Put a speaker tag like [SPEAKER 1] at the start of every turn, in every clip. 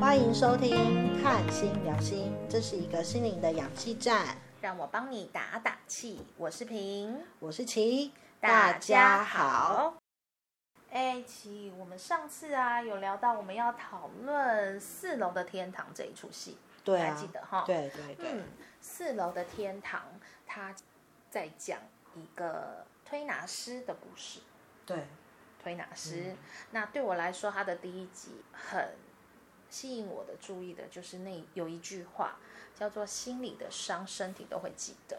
[SPEAKER 1] 欢迎收听《看心聊心》，这是一个心灵的氧气站。
[SPEAKER 2] 让我帮你打打气。我是平，
[SPEAKER 1] 我是琪，。。
[SPEAKER 2] 哎，琪，我们上次啊有聊到我们要讨论四楼的天堂这一出戏，
[SPEAKER 1] 对啊，
[SPEAKER 2] 还记得哈
[SPEAKER 1] 对对对，
[SPEAKER 2] 嗯，四楼的天堂，它在讲一个推拿师的故事。
[SPEAKER 1] 对，
[SPEAKER 2] 推拿
[SPEAKER 1] 嗯
[SPEAKER 2] 师，那对我来说，它的第一集很吸引我的注意的，就是那有一句话叫做“心里的伤，身体都会记得”。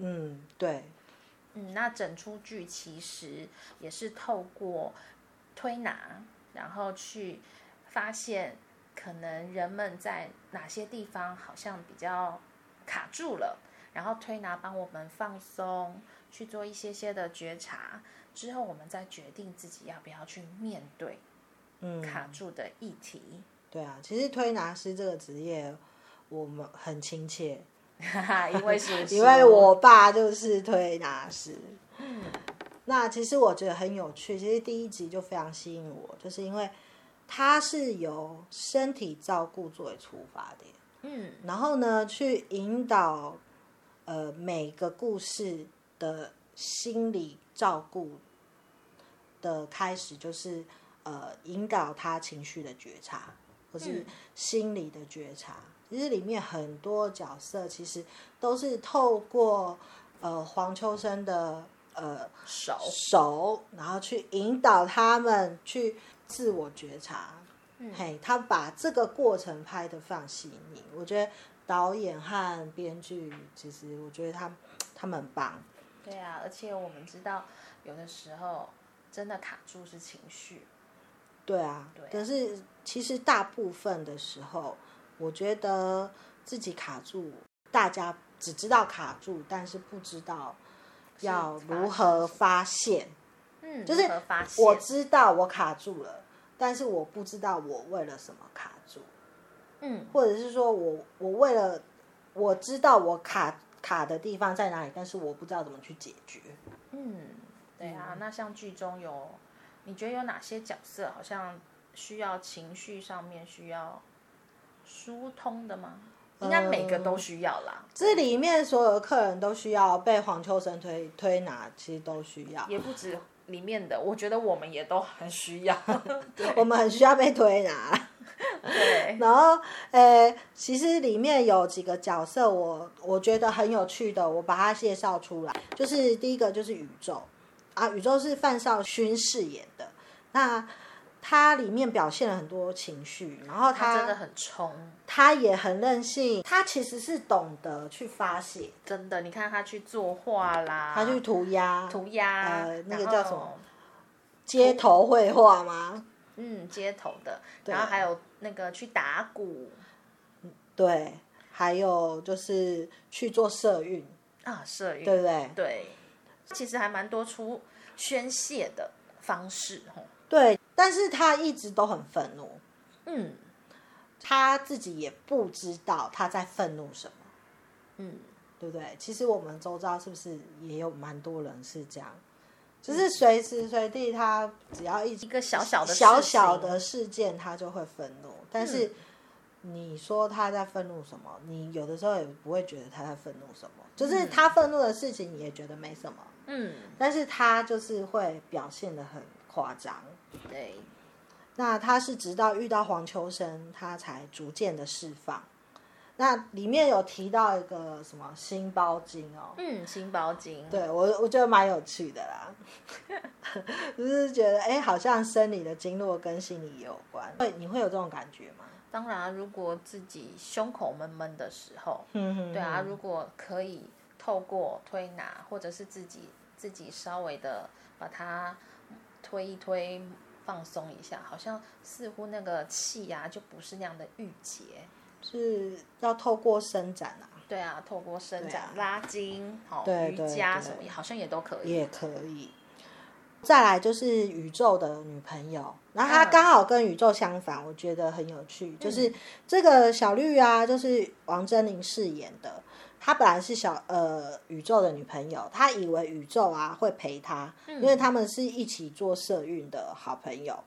[SPEAKER 1] 嗯，对，
[SPEAKER 2] 嗯，那整出剧其实也是透过推拿，然后去发现可能人们在哪些地方好像比较卡住了，然后推拿帮我们放松，去做一些些的觉察，之后我们再决定自己要不要去面对
[SPEAKER 1] 嗯，
[SPEAKER 2] 卡住的议题。
[SPEAKER 1] 对啊。其实推拿师这个职业，我们很亲切，
[SPEAKER 2] 哈哈，因为是
[SPEAKER 1] 因为我爸就是推拿师。
[SPEAKER 2] 嗯
[SPEAKER 1] 那其实我觉得很有趣，其实第一集就非常吸引我，就是因为它是由身体照顾作为出发点，
[SPEAKER 2] 嗯
[SPEAKER 1] 然后呢，去引导呃每个故事的心理照顾的开始，就是呃引导他情绪的觉察，或是心理的觉察。其实里面很多角色其实都是透过呃黄秋生的呃
[SPEAKER 2] 手
[SPEAKER 1] 手，然后去引导他们去自我觉察。
[SPEAKER 2] 嗯
[SPEAKER 1] 嘿，他把这个过程拍得非常细腻，我觉得导演和编剧其实我觉得他他们很棒。
[SPEAKER 2] 对啊，而且我们知道有的时候真的卡住是情绪。
[SPEAKER 1] 对啊，
[SPEAKER 2] 对啊
[SPEAKER 1] 可是其实大部分的时候，我觉得自己卡住，大家只知道卡住，但是不知道要
[SPEAKER 2] 是发
[SPEAKER 1] 如
[SPEAKER 2] 生
[SPEAKER 1] 何发现。
[SPEAKER 2] 嗯，
[SPEAKER 1] 就是
[SPEAKER 2] 如何发现
[SPEAKER 1] 我知道我卡住了，但是我不知道我为了什么卡住。
[SPEAKER 2] 嗯
[SPEAKER 1] 或者是说我我为了我知道我卡卡的地方在哪里，但是我不知道怎么去解决。
[SPEAKER 2] 嗯，对啊，那像剧中有，你觉得有哪些角色好像需要情绪上面需要疏通的吗？应
[SPEAKER 1] 呃
[SPEAKER 2] 该每个都需要啦，
[SPEAKER 1] 啊这里面所有的客人都需要被黄秋生推推拿，其实都需 要。
[SPEAKER 2] 也不止里面的，我觉得我们也都很需 要。
[SPEAKER 1] 我们很需要被推拿。
[SPEAKER 2] 对，
[SPEAKER 1] 然后，呃，其实里面有几个角色我，我觉得很有趣的，我把它介绍出来。就是第一个就是宇宙啊，宇宙是范少勋饰演的，那他里面表现了很多情绪，然后
[SPEAKER 2] 他真的很冲，
[SPEAKER 1] 他也很任性，他其实是懂得去发泄，
[SPEAKER 2] 真的，你看他去作画啦，
[SPEAKER 1] 他去涂鸦、
[SPEAKER 2] 涂鸦，
[SPEAKER 1] 呃那个
[SPEAKER 2] 然
[SPEAKER 1] 叫
[SPEAKER 2] 后
[SPEAKER 1] 什么街头绘画吗？
[SPEAKER 2] 嗯，街头的，
[SPEAKER 1] 对
[SPEAKER 2] 然后还有那个去打鼓
[SPEAKER 1] 对，还有就是去做社运，
[SPEAKER 2] 啊，摄影，
[SPEAKER 1] 对不对？
[SPEAKER 2] 对，其实还蛮多出宣泄的方式吼。
[SPEAKER 1] 对，但是他一直都很愤怒，
[SPEAKER 2] 嗯
[SPEAKER 1] 他自己也不知道他在愤怒什么，
[SPEAKER 2] 嗯，
[SPEAKER 1] 对不对？其实我们周遭是不是也有蛮多人是这样？
[SPEAKER 2] 嗯
[SPEAKER 1] 就是随时随地，他只要一
[SPEAKER 2] 一个小小的
[SPEAKER 1] 小
[SPEAKER 2] 事情嗯
[SPEAKER 1] 小的事件，他就会愤怒。但是你说他在愤怒什么？你有的时候也不会觉得他在愤怒什么，就是他愤怒的事情，你也觉得没什么。
[SPEAKER 2] 嗯，
[SPEAKER 1] 但是他就是会表现的很夸张。
[SPEAKER 2] 对，
[SPEAKER 1] 那他是直到遇到黄秋生，他才逐渐的释放。那里面有提到一个什么心包经哦，
[SPEAKER 2] 嗯，心包经，
[SPEAKER 1] 对我我觉得蛮有趣的啦， 就是觉得哎、诶好像生理的经络跟心理也有关，会你会有这种感觉吗？
[SPEAKER 2] 当然啊，如果自己胸口闷闷的时候，
[SPEAKER 1] 嗯哼
[SPEAKER 2] 对啊，如果可以透过推拿或者是自己自己稍微的把它推一推。放松一下，好像似乎那个气呀、就不是那样的郁结，
[SPEAKER 1] 是要透过伸展啊，
[SPEAKER 2] 对啊，透过伸展、
[SPEAKER 1] 对啊
[SPEAKER 2] 拉筋、好、
[SPEAKER 1] 对
[SPEAKER 2] 瑜
[SPEAKER 1] 对
[SPEAKER 2] 伽
[SPEAKER 1] 对
[SPEAKER 2] 什么，好像也都可以。
[SPEAKER 1] 也可以。再来就是宇宙的女朋友，然后她
[SPEAKER 2] 嗯
[SPEAKER 1] 刚好跟宇宙相反，我觉得很有趣。就是这个小绿啊，就是王真玲饰演的，他本来是小呃宇宙的女朋友，他以为宇宙啊会陪他，
[SPEAKER 2] 嗯
[SPEAKER 1] 因为他们是一起做社运的好朋友。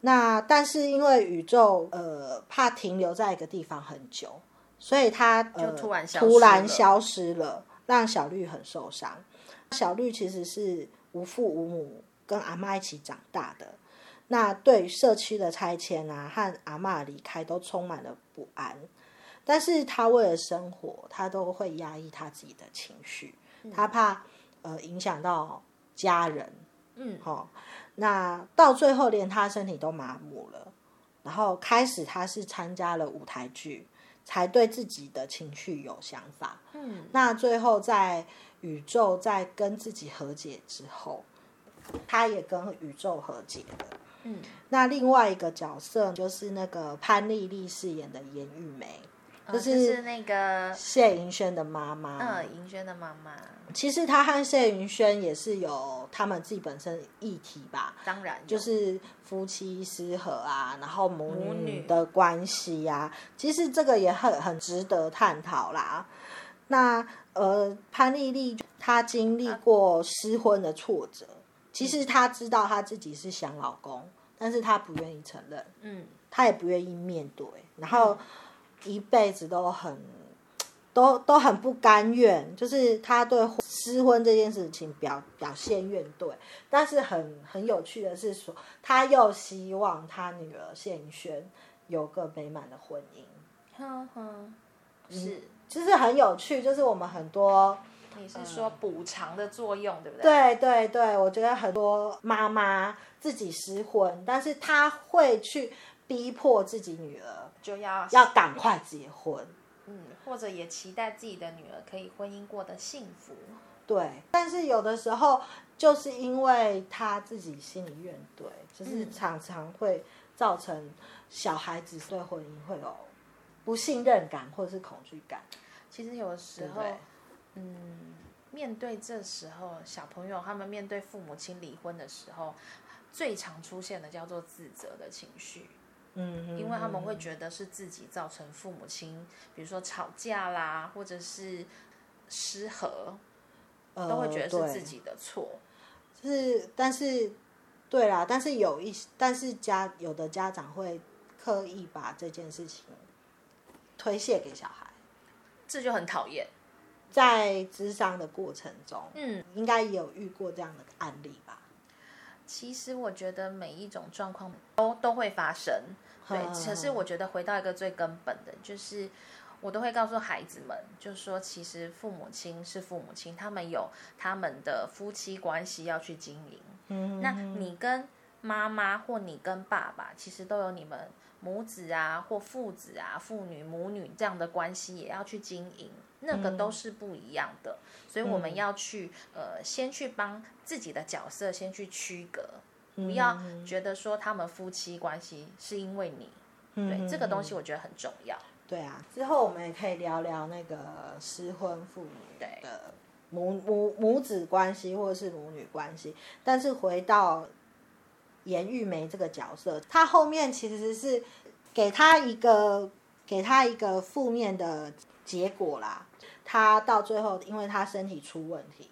[SPEAKER 1] 那但是因为宇宙呃怕停留在一个地方很久，所以他、呃、
[SPEAKER 2] 就突然消失
[SPEAKER 1] 突然
[SPEAKER 2] 了
[SPEAKER 1] 消失了，让小绿很受伤。小绿其实是无父无母，跟阿妈一起长大的。那对于社区的拆迁啊，和阿妈离开都充满了不安。但是他为了生活，他都会压抑他自己的情绪，他怕呃影响到家人，
[SPEAKER 2] 嗯，
[SPEAKER 1] 哦，那到最后连他身体都麻木了，然后开始他是参加了舞台剧，才对自己的情绪有想法。
[SPEAKER 2] 嗯，
[SPEAKER 1] 那最后在宇宙在跟自己和解之后，他也跟宇宙和解了。
[SPEAKER 2] 嗯，
[SPEAKER 1] 那另外一个角色就是那个潘丽丽饰演的严玉梅，
[SPEAKER 2] 呃
[SPEAKER 1] 就
[SPEAKER 2] 就是那个
[SPEAKER 1] 谢盈萱的妈妈。
[SPEAKER 2] 呃银轩的妈妈，
[SPEAKER 1] 其实她和谢盈萱也是有他们自己本身的议题吧，
[SPEAKER 2] 当然
[SPEAKER 1] 就
[SPEAKER 2] 有
[SPEAKER 1] 是夫妻失和啊，然后母
[SPEAKER 2] 母
[SPEAKER 1] 女
[SPEAKER 2] 女
[SPEAKER 1] 的关系呀、啊，其实这个也很很值得探讨啦。那呃，潘丽丽她经历过失婚的挫折，其
[SPEAKER 2] 嗯
[SPEAKER 1] 实她知道她自己是想老公，但是她不愿意承认，
[SPEAKER 2] 嗯
[SPEAKER 1] 她也不愿意面对，然后一辈子都很。都都很不甘愿，就是她对失婚这件事情表表现怨怼，但是很很有趣的是说，他又希望他女儿谢颖轩有个美满的婚姻，
[SPEAKER 2] 哼哼
[SPEAKER 1] 嗯
[SPEAKER 2] 是。
[SPEAKER 1] 就是很有趣，就是我们很多
[SPEAKER 2] 你是说补偿的作用，对不
[SPEAKER 1] 对
[SPEAKER 2] 对？
[SPEAKER 1] 对对，我觉得很多妈妈自己失婚，但是她会去逼迫自己女儿
[SPEAKER 2] 就要
[SPEAKER 1] 要赶快结婚，
[SPEAKER 2] 嗯，或者也期待自己的女儿可以婚姻过得幸福。
[SPEAKER 1] 对，但是有的时候就是因为他自己心里怨怼，就是
[SPEAKER 2] 嗯
[SPEAKER 1] 常常会造成小孩子对婚姻会有不信任感或者是恐惧感，
[SPEAKER 2] 其实有时
[SPEAKER 1] 对不
[SPEAKER 2] 候，
[SPEAKER 1] 对？
[SPEAKER 2] 嗯，面对这时候小朋友他们面对父母亲离婚的时候，最常出现的叫做自责的情绪，
[SPEAKER 1] 嗯，
[SPEAKER 2] 因为他们会觉得是自己造成父母亲，比如说吵架啦，或者是失和，
[SPEAKER 1] 呃
[SPEAKER 2] 都会觉得是自
[SPEAKER 1] 对
[SPEAKER 2] 己的错。
[SPEAKER 1] 呃就是，但是对啦，但是有一，但是家有的家长会刻意把这件事情推卸给小孩，
[SPEAKER 2] 这就很讨厌，
[SPEAKER 1] 在智商的过程中，
[SPEAKER 2] 嗯，
[SPEAKER 1] 应该也有遇过这样的案例吧？
[SPEAKER 2] 其实我觉得每一种状况都都会发生，对。
[SPEAKER 1] 嗯
[SPEAKER 2] 可是我觉得回到一个最根本的，就是我都会告诉孩子们，就说其实父母亲是父母亲，他们有他们的夫妻关系要去经营。
[SPEAKER 1] 嗯，
[SPEAKER 2] 那你跟妈妈或你跟爸爸，其实都有你们母子啊或父子啊、父女、母女这样的关系也要去经营，那个
[SPEAKER 1] 嗯
[SPEAKER 2] 都是不一样的。所以我们要去呃，先去帮自己的角色先去区隔，
[SPEAKER 1] 嗯
[SPEAKER 2] 不要觉得说他们夫妻关系是因为你。
[SPEAKER 1] 嗯
[SPEAKER 2] 对、这个东西，我觉得很重要。
[SPEAKER 1] 对啊，之后我们也可以聊聊那个失婚妇女
[SPEAKER 2] 对
[SPEAKER 1] 的母母母子关系或者是母女关系，但是回到严玉梅这个角色，她后面其实是给她一个给她一个负面的结果啦。她到最后，因为她身体出问题，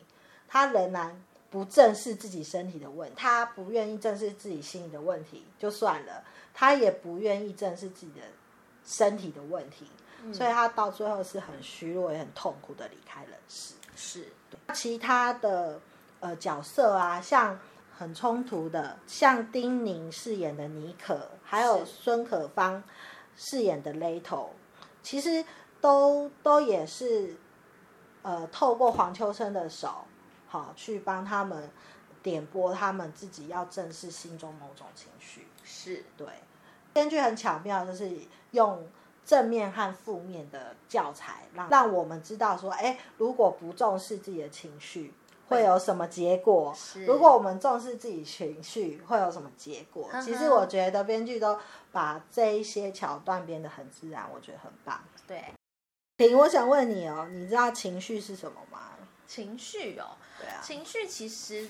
[SPEAKER 1] 她仍然不正视自己身体的问题，她不愿意正视自己心里的问题就算了，她也不愿意正视自己的身体的问题，所以她到最后是很虚弱也很痛苦的离开人世。
[SPEAKER 2] 是，对，
[SPEAKER 1] 其他的呃角色啊，像很冲突的，像丁宁饰演的妮可，还有
[SPEAKER 2] 是
[SPEAKER 1] 孙可芳饰演的雷头，其实都都也是呃透过黄秋生的手，好去帮他们点拨他们自己要正视心中某种情绪。
[SPEAKER 2] 是，
[SPEAKER 1] 对，编剧很巧妙，就是用正面和负面的教材，让让我们知道说，哎，如果不重视自己的情绪，会有什么结果？
[SPEAKER 2] 是
[SPEAKER 1] 如果我们重视自己情绪，会有什么结果？
[SPEAKER 2] 呵呵
[SPEAKER 1] 其实我觉得编剧都把这一些桥段编得很自然，我觉得很棒。
[SPEAKER 2] 对。
[SPEAKER 1] 婷，我想问你哦，你知道情绪是什么吗？
[SPEAKER 2] 情绪哦，
[SPEAKER 1] 对啊，
[SPEAKER 2] 情绪其实，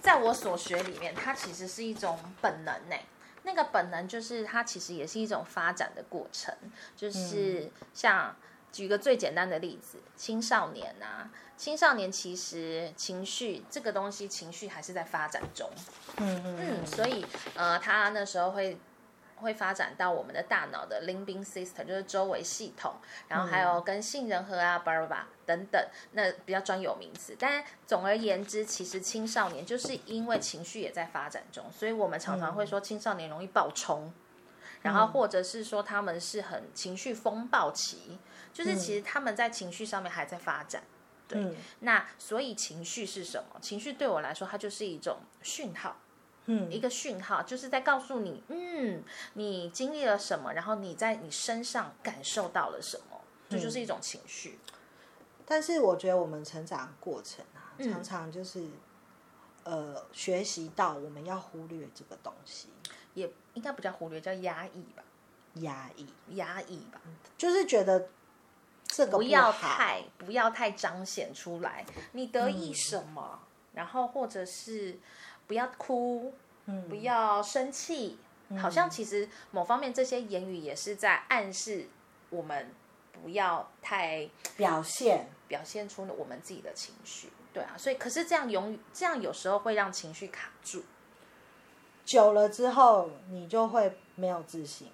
[SPEAKER 2] 在我所学里面，它其实是一种本能呢。那个本能就是它其实也是一种发展的过程，就是像举个最简单的例子，青少年啊，青少年其实情绪这个东西，情绪还是在发展中。
[SPEAKER 1] 嗯嗯
[SPEAKER 2] 嗯，所以呃，他那时候会会发展到我们的大脑的 limbing system，就是周围系统，然后还有跟杏仁核啊、巴拉巴拉等等，那比较专有名词。但总而言之，其实青少年就是因为情绪也在发展中，所以我们常常会说青少年容易暴冲。然后，或者是说他们是很情绪风暴期，就是其实他们在情绪上面还在发展。
[SPEAKER 1] 嗯
[SPEAKER 2] 那所以情绪是什么？情绪对我来说，它就是一种讯号，
[SPEAKER 1] 嗯
[SPEAKER 2] 一个讯号，就是在告诉你，嗯，你经历了什么，然后你在你身上感受到了什么，这
[SPEAKER 1] 嗯
[SPEAKER 2] 就是一种情绪。
[SPEAKER 1] 但是我觉得我们成长过程啊，常常就是呃学习到我们要忽略这个东西，
[SPEAKER 2] 也应该不叫忽略，叫压抑吧，
[SPEAKER 1] 压抑，
[SPEAKER 2] 压抑吧，
[SPEAKER 1] 就是觉得这个
[SPEAKER 2] 不
[SPEAKER 1] 不
[SPEAKER 2] 要
[SPEAKER 1] 好
[SPEAKER 2] 太不要太彰显出来，你得意
[SPEAKER 1] 嗯
[SPEAKER 2] 什么，然后或者是不要哭，
[SPEAKER 1] 嗯
[SPEAKER 2] 不要生气，好像其实某方面这些言语也是在暗示我们不要太
[SPEAKER 1] 表现，
[SPEAKER 2] 表现出了我们自己的情绪，对啊，所以可是这样永这样有时候会让情绪卡住，
[SPEAKER 1] 久了之后你就会没有自信。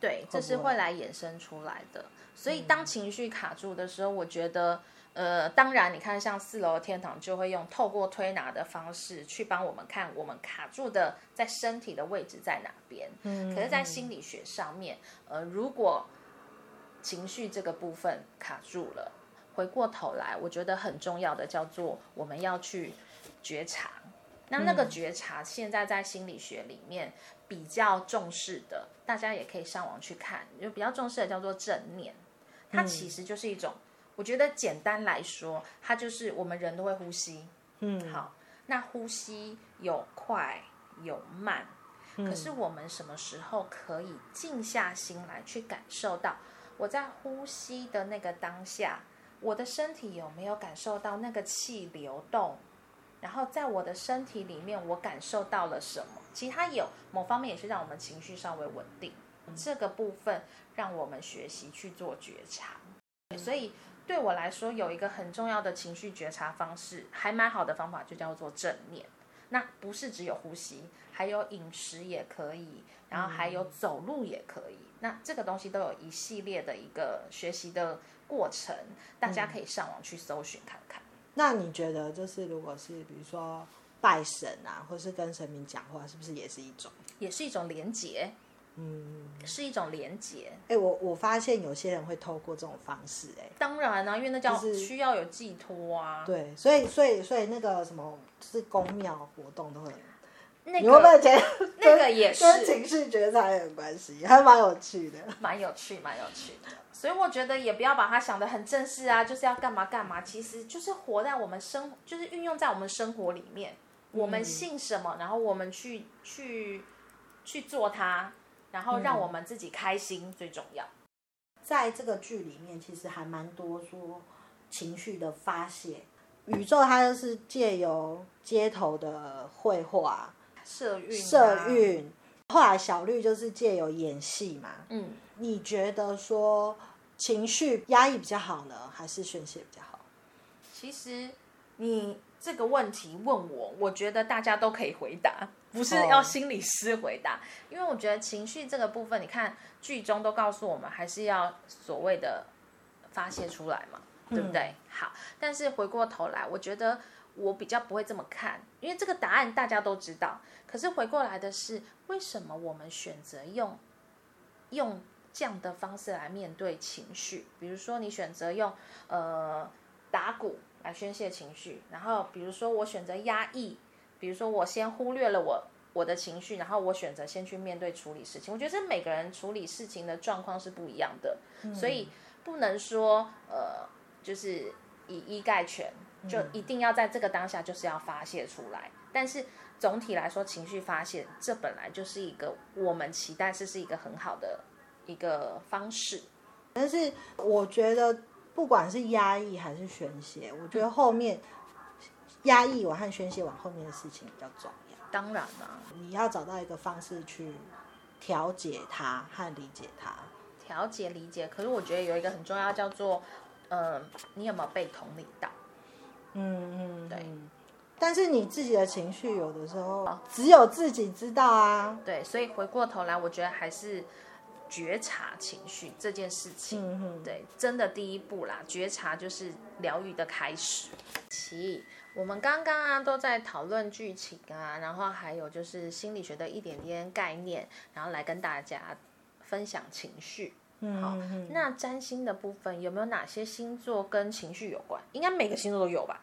[SPEAKER 2] 对，这
[SPEAKER 1] 会
[SPEAKER 2] 是
[SPEAKER 1] 不会
[SPEAKER 2] 会来衍生出来的。所以当情绪卡住的时候，我觉得，呃，当然你看像四楼的天堂就会用透过推拿的方式去帮我们看我们卡住的在身体的位置在哪边。
[SPEAKER 1] 嗯
[SPEAKER 2] 可是，在心理学上面，呃，如果情绪这个部分卡住了，回过头来，我觉得很重要的叫做我们要去觉察。那那
[SPEAKER 1] 嗯
[SPEAKER 2] 个觉察，现在在心理学里面比较重视的，大家也可以上网去看，就比较重视的叫做正念。它其
[SPEAKER 1] 嗯
[SPEAKER 2] 实就是一种，我觉得简单来说，它就是我们人都会呼吸，
[SPEAKER 1] 嗯，
[SPEAKER 2] 好，那呼吸有快有慢，可是我们什么时候可以静下心来去感受到我在呼吸的那个当下，我的身体有没有感受到那个气流动？然后在我的身体里面，我感受到了什么？其实它有某方面也是让我们情绪稍微稳定，这个部分让我们学习去做觉察。所以对我来说，有一个很重要的情绪觉察方式，还蛮好的方法，就叫做正念。那不是只有呼吸，还有饮食也可以，然后还
[SPEAKER 1] 嗯
[SPEAKER 2] 有走路也可以。那这个东西都有一系列的一个学习的过程，大家
[SPEAKER 1] 嗯
[SPEAKER 2] 可以上网去搜寻看看。
[SPEAKER 1] 那你觉得就是如果是比如说拜神啊，或是跟神明讲话，是不是也是一种？
[SPEAKER 2] 也是一种连结，嗯，是一种连结。
[SPEAKER 1] 哎、我我发现有些人会透过这种方式、哎。
[SPEAKER 2] 当然啊啦、因为那叫
[SPEAKER 1] 就是
[SPEAKER 2] 需要有寄托啊。
[SPEAKER 1] 对，所以所以所以那个什么，就是宫庙活动都会有，
[SPEAKER 2] 那
[SPEAKER 1] 你会不
[SPEAKER 2] 个
[SPEAKER 1] 会觉得
[SPEAKER 2] 那个也是
[SPEAKER 1] 跟情绪觉察有关系，还蛮有趣的。
[SPEAKER 2] 蛮有趣，蛮有趣的。所以我觉得也不要把它想得很正式啊，就是要干嘛干嘛，其实就是活在我们生，就是运用在我们生活里面。我
[SPEAKER 1] 嗯
[SPEAKER 2] 们信什么，然后我们去去去做它，然后
[SPEAKER 1] 嗯
[SPEAKER 2] 让我们自己开心最重要。
[SPEAKER 1] 在这个剧里面，其实还蛮多说情绪的发泄。宇宙它就是借由街头的绘画、
[SPEAKER 2] 社运、啊，
[SPEAKER 1] 社，运，后来小绿就是借由演戏嘛。
[SPEAKER 2] 嗯，
[SPEAKER 1] 你觉得说情绪压抑比较好呢，还是宣泄比较好？
[SPEAKER 2] 其实你这个问题问我，我觉得大家都可以回答，不是要心理师回答，因为我觉得情绪这个部分，你看剧中都告诉我们，还是要所谓的发泄出来嘛，对不对？好，但是回过头来，我觉得我比较不会这么看，因为这个答案大家都知道。可是回过来的是，为什么我们选择用用这样的方式来面对情绪？比如说，你选择用呃打鼓来宣泄情绪，然后比如说我选择压抑，比如说我先忽略了我我的情绪，然后我选择先去面对处理事情。我觉得这每个人处理事情的状况是不一样的，所以不能说呃就是以一概全，就一定要在这个当下就是要发泄出来。但是总体来说，情绪发泄这本来就是一个我们期待这是一个很好的一个方式。
[SPEAKER 1] 但是我觉得，不管是压抑还是宣泄，我觉得后面压抑完和宣泄完后面的事情比较重要。
[SPEAKER 2] 当然啦、
[SPEAKER 1] 你要找到一个方式去调节它和理解它，
[SPEAKER 2] 调节理解。可是我觉得有一个很重要，叫做，呃，你有没有被同理到？
[SPEAKER 1] 嗯嗯，
[SPEAKER 2] 对
[SPEAKER 1] 嗯。但是你自己的情绪有的时候
[SPEAKER 2] 哦
[SPEAKER 1] 只有自己知道啊。
[SPEAKER 2] 对，所以回过头来，我觉得还是觉察情绪这件事情，
[SPEAKER 1] 嗯哼，
[SPEAKER 2] 对，真的第一步啦，觉察就是疗愈的开始。其我们刚刚啊都在讨论剧情啊，然后还有就是心理学的一点点概念，然后来跟大家分享情绪。
[SPEAKER 1] 嗯
[SPEAKER 2] 好
[SPEAKER 1] 哼哼，
[SPEAKER 2] 那占星的部分有没有哪些星座跟情绪有关？应该每个星座都有吧？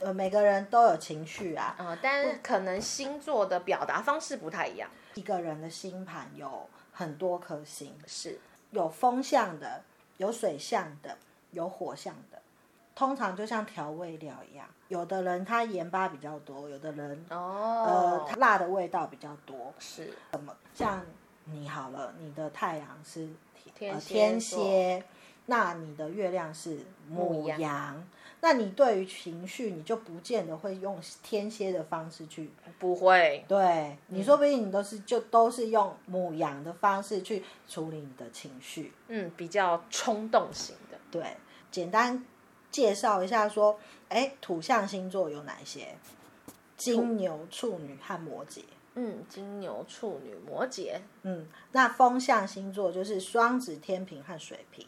[SPEAKER 1] 呃，每个人都有情绪啊。
[SPEAKER 2] 啊、但是可能星座的表达方式不太一样。
[SPEAKER 1] 一个人的星盘有很多颗星，
[SPEAKER 2] 是，
[SPEAKER 1] 有风象的，有水象的，有火象的。通常就像调味料一样，有的人他盐巴比较多，有的人呃
[SPEAKER 2] 哦，
[SPEAKER 1] 他辣的味道比较多。
[SPEAKER 2] 呃是，
[SPEAKER 1] 像你好了，你的太阳是
[SPEAKER 2] 天
[SPEAKER 1] 呃
[SPEAKER 2] 蝎
[SPEAKER 1] 天
[SPEAKER 2] 座
[SPEAKER 1] 蝎，那你的月亮是
[SPEAKER 2] 牧
[SPEAKER 1] 母羊，那你对于情绪，你就不见得会用天蝎的方式去
[SPEAKER 2] 不会，
[SPEAKER 1] 对，你说不定你都是就都是用母羊的方式去处理你的情绪。
[SPEAKER 2] 嗯，比较冲动型的。
[SPEAKER 1] 对，简单介绍一下说，哎，土象星座有哪些？金牛、处女和摩羯。
[SPEAKER 2] 嗯，金牛、处女、摩羯、
[SPEAKER 1] 嗯，那风象星座就是双子、天平和水瓶。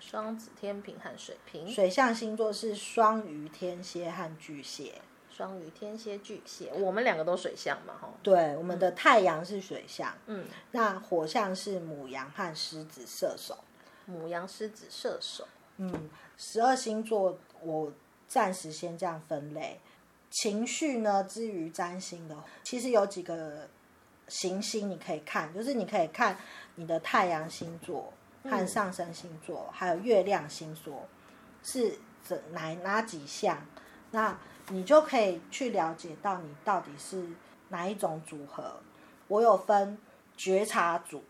[SPEAKER 2] 双子、天平和水瓶，
[SPEAKER 1] 水象星座是双鱼、天蝎和巨蟹。
[SPEAKER 2] 双鱼、天蝎、巨蟹，我们两个都水象嘛，哈。
[SPEAKER 1] 对，我们的太阳是水象，
[SPEAKER 2] 哦嗯，
[SPEAKER 1] 那火象是母羊和狮子、射手。
[SPEAKER 2] 母羊、狮子、射手。
[SPEAKER 1] 嗯，十二星座我暂时先这样分类。情绪呢，至于占星的，其实有几个行星你可以看，就是你可以看你的太阳星座
[SPEAKER 2] 嗯
[SPEAKER 1] 和上升星座，还有月亮星座是怎哪哪几项，那你就可以去了解到你到底是哪一种组合。我有分觉察组，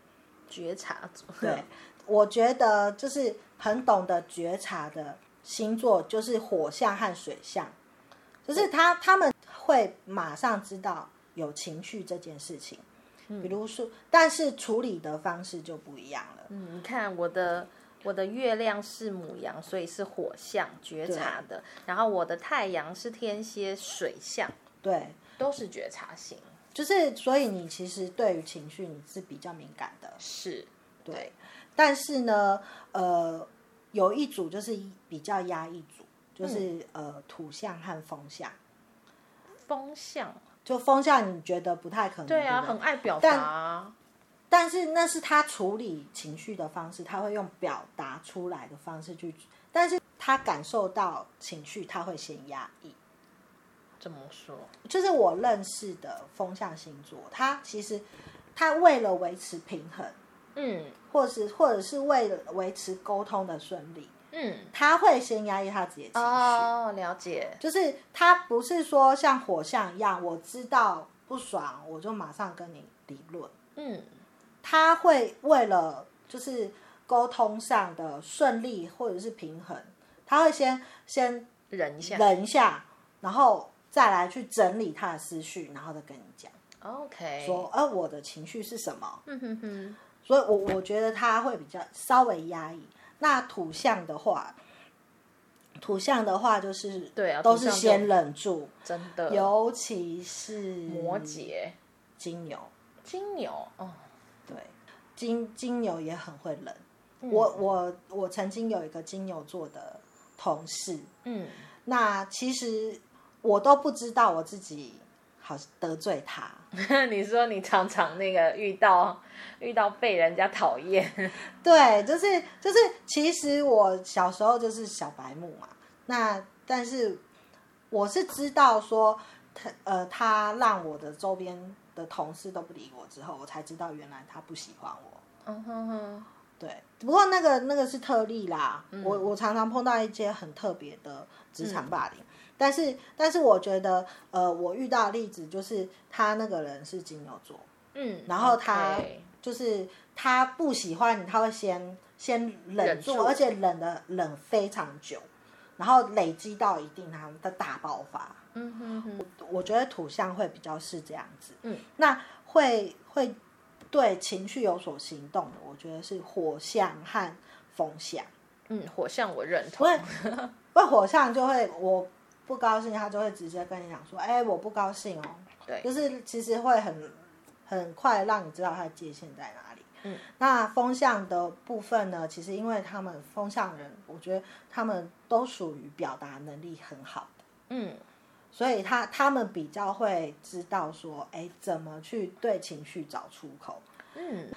[SPEAKER 2] 觉察组，
[SPEAKER 1] 对，我觉得就是很懂得觉察的星座，就是火象和水象，就是他他们会马上知道有情绪这件事情。
[SPEAKER 2] 嗯
[SPEAKER 1] 比如说，但是处理的方式就不一样了。
[SPEAKER 2] 嗯，你看我的我的月亮是母羊，所以是火象觉察的，然后我的太阳是天蝎水象，
[SPEAKER 1] 对，
[SPEAKER 2] 都是觉察型，
[SPEAKER 1] 就是所以你其实对于情绪你是比较敏感的，
[SPEAKER 2] 是对，
[SPEAKER 1] 但是呢，呃，有一组就是比较压抑组，就是、
[SPEAKER 2] 嗯
[SPEAKER 1] 呃土象和风象。
[SPEAKER 2] 风象，
[SPEAKER 1] 就风象你觉得不太可能，
[SPEAKER 2] 对啊，
[SPEAKER 1] 不
[SPEAKER 2] 很爱表达啊，
[SPEAKER 1] 但是那是他处理情绪的方式，他会用表达出来的方式去，但是他感受到情绪，他会先压抑。
[SPEAKER 2] 怎么说？
[SPEAKER 1] 就是我认识的风象星座，他其实他为了维持平衡，
[SPEAKER 2] 嗯
[SPEAKER 1] 或是或者是为了维持沟通的顺利，
[SPEAKER 2] 嗯，
[SPEAKER 1] 他会先压抑他自己的情绪。
[SPEAKER 2] 哦，了解，
[SPEAKER 1] 就是他不是说像火象一样，我知道不爽，我就马上跟你理论。
[SPEAKER 2] 嗯
[SPEAKER 1] 他会为了就是沟通上的顺利或者是平衡，他会先先
[SPEAKER 2] 忍一下
[SPEAKER 1] 忍一下，然后再来去整理他的思绪，然后再跟你讲
[SPEAKER 2] ，OK，
[SPEAKER 1] 说，呃，我的情绪是什么。
[SPEAKER 2] 嗯哼哼，
[SPEAKER 1] 所以我我觉得他会比较稍微压抑。那土象的话，土象的话就是
[SPEAKER 2] 对啊
[SPEAKER 1] 都
[SPEAKER 2] 土
[SPEAKER 1] 是
[SPEAKER 2] 象就
[SPEAKER 1] 先忍住，
[SPEAKER 2] 真的
[SPEAKER 1] 尤其是
[SPEAKER 2] 摩羯、
[SPEAKER 1] 金牛，
[SPEAKER 2] 金牛，哦，
[SPEAKER 1] 对，金金牛也很会冷。我我我曾经有一个金牛座的同事，
[SPEAKER 2] 嗯，
[SPEAKER 1] 那其实我都不知道我自己好得罪他，
[SPEAKER 2] 你说你常常那个遇到遇到被人家讨厌，
[SPEAKER 1] 对，就是就是，其实我小时候就是小白目嘛，那但是我是知道说他呃他让我的周边的同事都不理我之后，我才知道原来他不喜欢我。
[SPEAKER 2] 嗯哼哼，
[SPEAKER 1] 对，不过那个那个是特例啦。我我常常碰到一些很特别的职场霸凌，但是但是我觉得，呃，我遇到的例子就是他那个人是金牛座，
[SPEAKER 2] 嗯，
[SPEAKER 1] 然后他
[SPEAKER 2] OK
[SPEAKER 1] 就是他不喜欢你，他会先先忍
[SPEAKER 2] 忍
[SPEAKER 1] 住，
[SPEAKER 2] 住
[SPEAKER 1] 而且忍的忍非常久，然后累积到一定他的大爆发。
[SPEAKER 2] 嗯哼哼，
[SPEAKER 1] 我觉得土象会比较是这样子，
[SPEAKER 2] 嗯，
[SPEAKER 1] 那会会对情绪有所行动的，我觉得是火象和风象。
[SPEAKER 2] 嗯，火象我认同
[SPEAKER 1] 不。会，不会火象就会我不高兴，他就会直接跟你讲说：“哎、我不高兴哦。”
[SPEAKER 2] 对，
[SPEAKER 1] 就是其实会很很快让你知道他的界限在哪里。
[SPEAKER 2] 嗯，
[SPEAKER 1] 那风象的部分呢，其实因为他们风象人，我觉得他们都属于表达能力很好的，
[SPEAKER 2] 嗯，
[SPEAKER 1] 所以他他们比较会知道说，哎，怎么去对情绪找出口。
[SPEAKER 2] 嗯，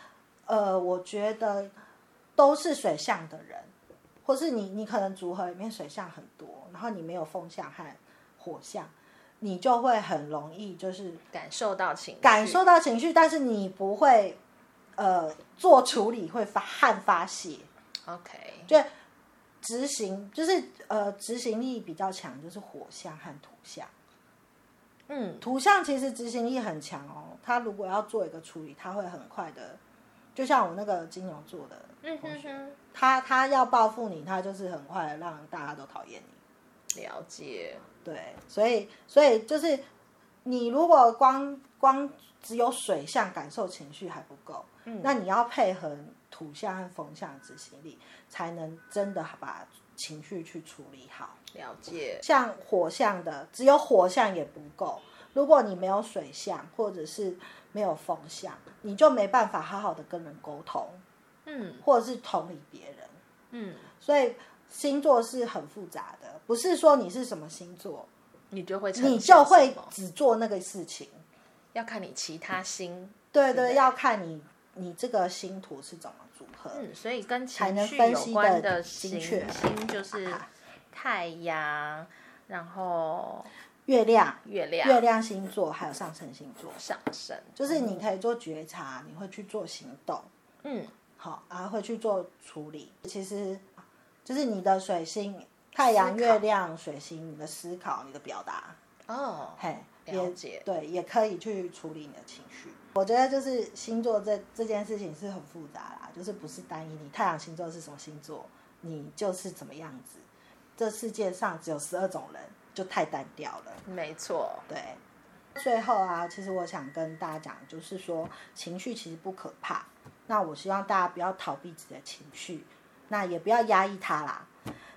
[SPEAKER 1] 呃，我觉得都是水象的人，或是你你可能组合里面水象很多，然后你没有风象和火象，你就会很容易就是
[SPEAKER 2] 感受到情绪，
[SPEAKER 1] 感受到情绪，但是你不会呃做处理，会发和发泄，
[SPEAKER 2] OK，
[SPEAKER 1] 执行就是呃执行力比较强，就是火象和土象。
[SPEAKER 2] 嗯，
[SPEAKER 1] 图像其实执行力很强哦，他如果要做一个处理，他会很快的。就像我那个金牛座的
[SPEAKER 2] 嗯
[SPEAKER 1] 同
[SPEAKER 2] 哼
[SPEAKER 1] 学，
[SPEAKER 2] 哼，
[SPEAKER 1] 他他要报复你，他就是很快的让大家都讨厌你。
[SPEAKER 2] 了解，
[SPEAKER 1] 对，所以所以就是你如果光光只有水象感受情绪还不够，
[SPEAKER 2] 嗯
[SPEAKER 1] 那你要配合土象和风象执行力，才能真的把情绪去处理好。
[SPEAKER 2] 了解，
[SPEAKER 1] 像火象的，只有火象也不够。如果你没有水象，或者是没有风象，你就没办法好好的跟人沟通，
[SPEAKER 2] 嗯
[SPEAKER 1] 或者是同理别人。
[SPEAKER 2] 嗯，
[SPEAKER 1] 所以星座是很复杂的，不是说你是什么星座，
[SPEAKER 2] 你就会呈现
[SPEAKER 1] 你就会
[SPEAKER 2] 什么
[SPEAKER 1] 只做那个事情。
[SPEAKER 2] 要看你其他星，
[SPEAKER 1] 对
[SPEAKER 2] 对
[SPEAKER 1] 对，要看你你这个星图是怎么组合。
[SPEAKER 2] 嗯，所以跟
[SPEAKER 1] 才
[SPEAKER 2] 情
[SPEAKER 1] 能
[SPEAKER 2] 绪
[SPEAKER 1] 分
[SPEAKER 2] 有
[SPEAKER 1] 析
[SPEAKER 2] 关
[SPEAKER 1] 得
[SPEAKER 2] 的
[SPEAKER 1] 精
[SPEAKER 2] 行
[SPEAKER 1] 确
[SPEAKER 2] 星就是太阳，然后
[SPEAKER 1] 月亮、
[SPEAKER 2] 月亮、
[SPEAKER 1] 月亮星座还有上升星座，
[SPEAKER 2] 上升，
[SPEAKER 1] 就是你可以做觉察，你会去做行动。
[SPEAKER 2] 嗯
[SPEAKER 1] 好，然后会去做处理。其实就是你的水星、太
[SPEAKER 2] 思
[SPEAKER 1] 阳、
[SPEAKER 2] 考
[SPEAKER 1] 月亮、水星，你的思考、你的表达，
[SPEAKER 2] 哦，
[SPEAKER 1] 嘿，
[SPEAKER 2] 了
[SPEAKER 1] 也
[SPEAKER 2] 解
[SPEAKER 1] 对，也可以去处理你的情绪。我觉得就是星座这这件事情是很复杂啦，就是不是单一你太阳星座是什么星座，你就是怎么样子。这世界上只有十二种人，就太单调了。
[SPEAKER 2] 没错，
[SPEAKER 1] 对，最后啊，其实我想跟大家讲，就是说情绪其实不可怕。那我希望大家不要逃避自己的情绪，那也不要压抑它啦。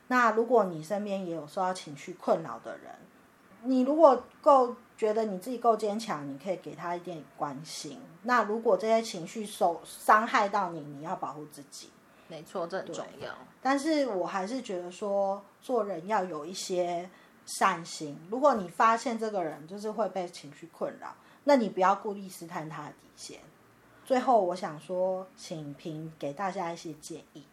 [SPEAKER 1] 那如果你身边也有受到情绪困扰的人，你如果够觉得你自己够坚强，你可以给他一点关心。那如果这些情绪受伤害到你，你要保护自己。
[SPEAKER 2] 没错，这很重要，
[SPEAKER 1] 但是我还是觉得说，做人要有一些善心。如果你发现这个人就是会被情绪困扰，那你不要故意试探他的底线。最后，我想说，请评给大家一些建议。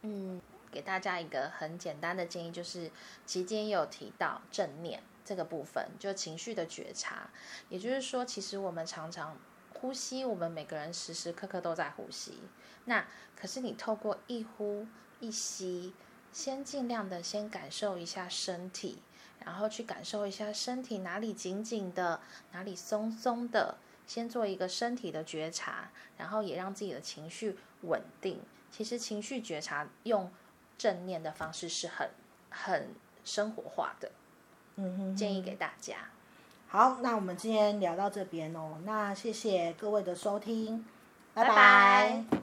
[SPEAKER 2] 嗯，给大家一个很简单的建议，就是期间有提到正念这个部分，就情绪的觉察，也就是说，其实我们常常呼吸，我们每个人时时刻刻都在呼吸。那可是你透过一呼一吸，先尽量的先感受一下身体，然后去感受一下身体哪里紧紧的，哪里松松的，先做一个身体的觉察，然后也让自己的情绪稳定。其实情绪觉察用正念的方式是很很生活化的，
[SPEAKER 1] 嗯哼，
[SPEAKER 2] 建议给大家。
[SPEAKER 1] 好，那我们今天聊到这边哦。那谢谢各位的收听，拜
[SPEAKER 2] 拜拜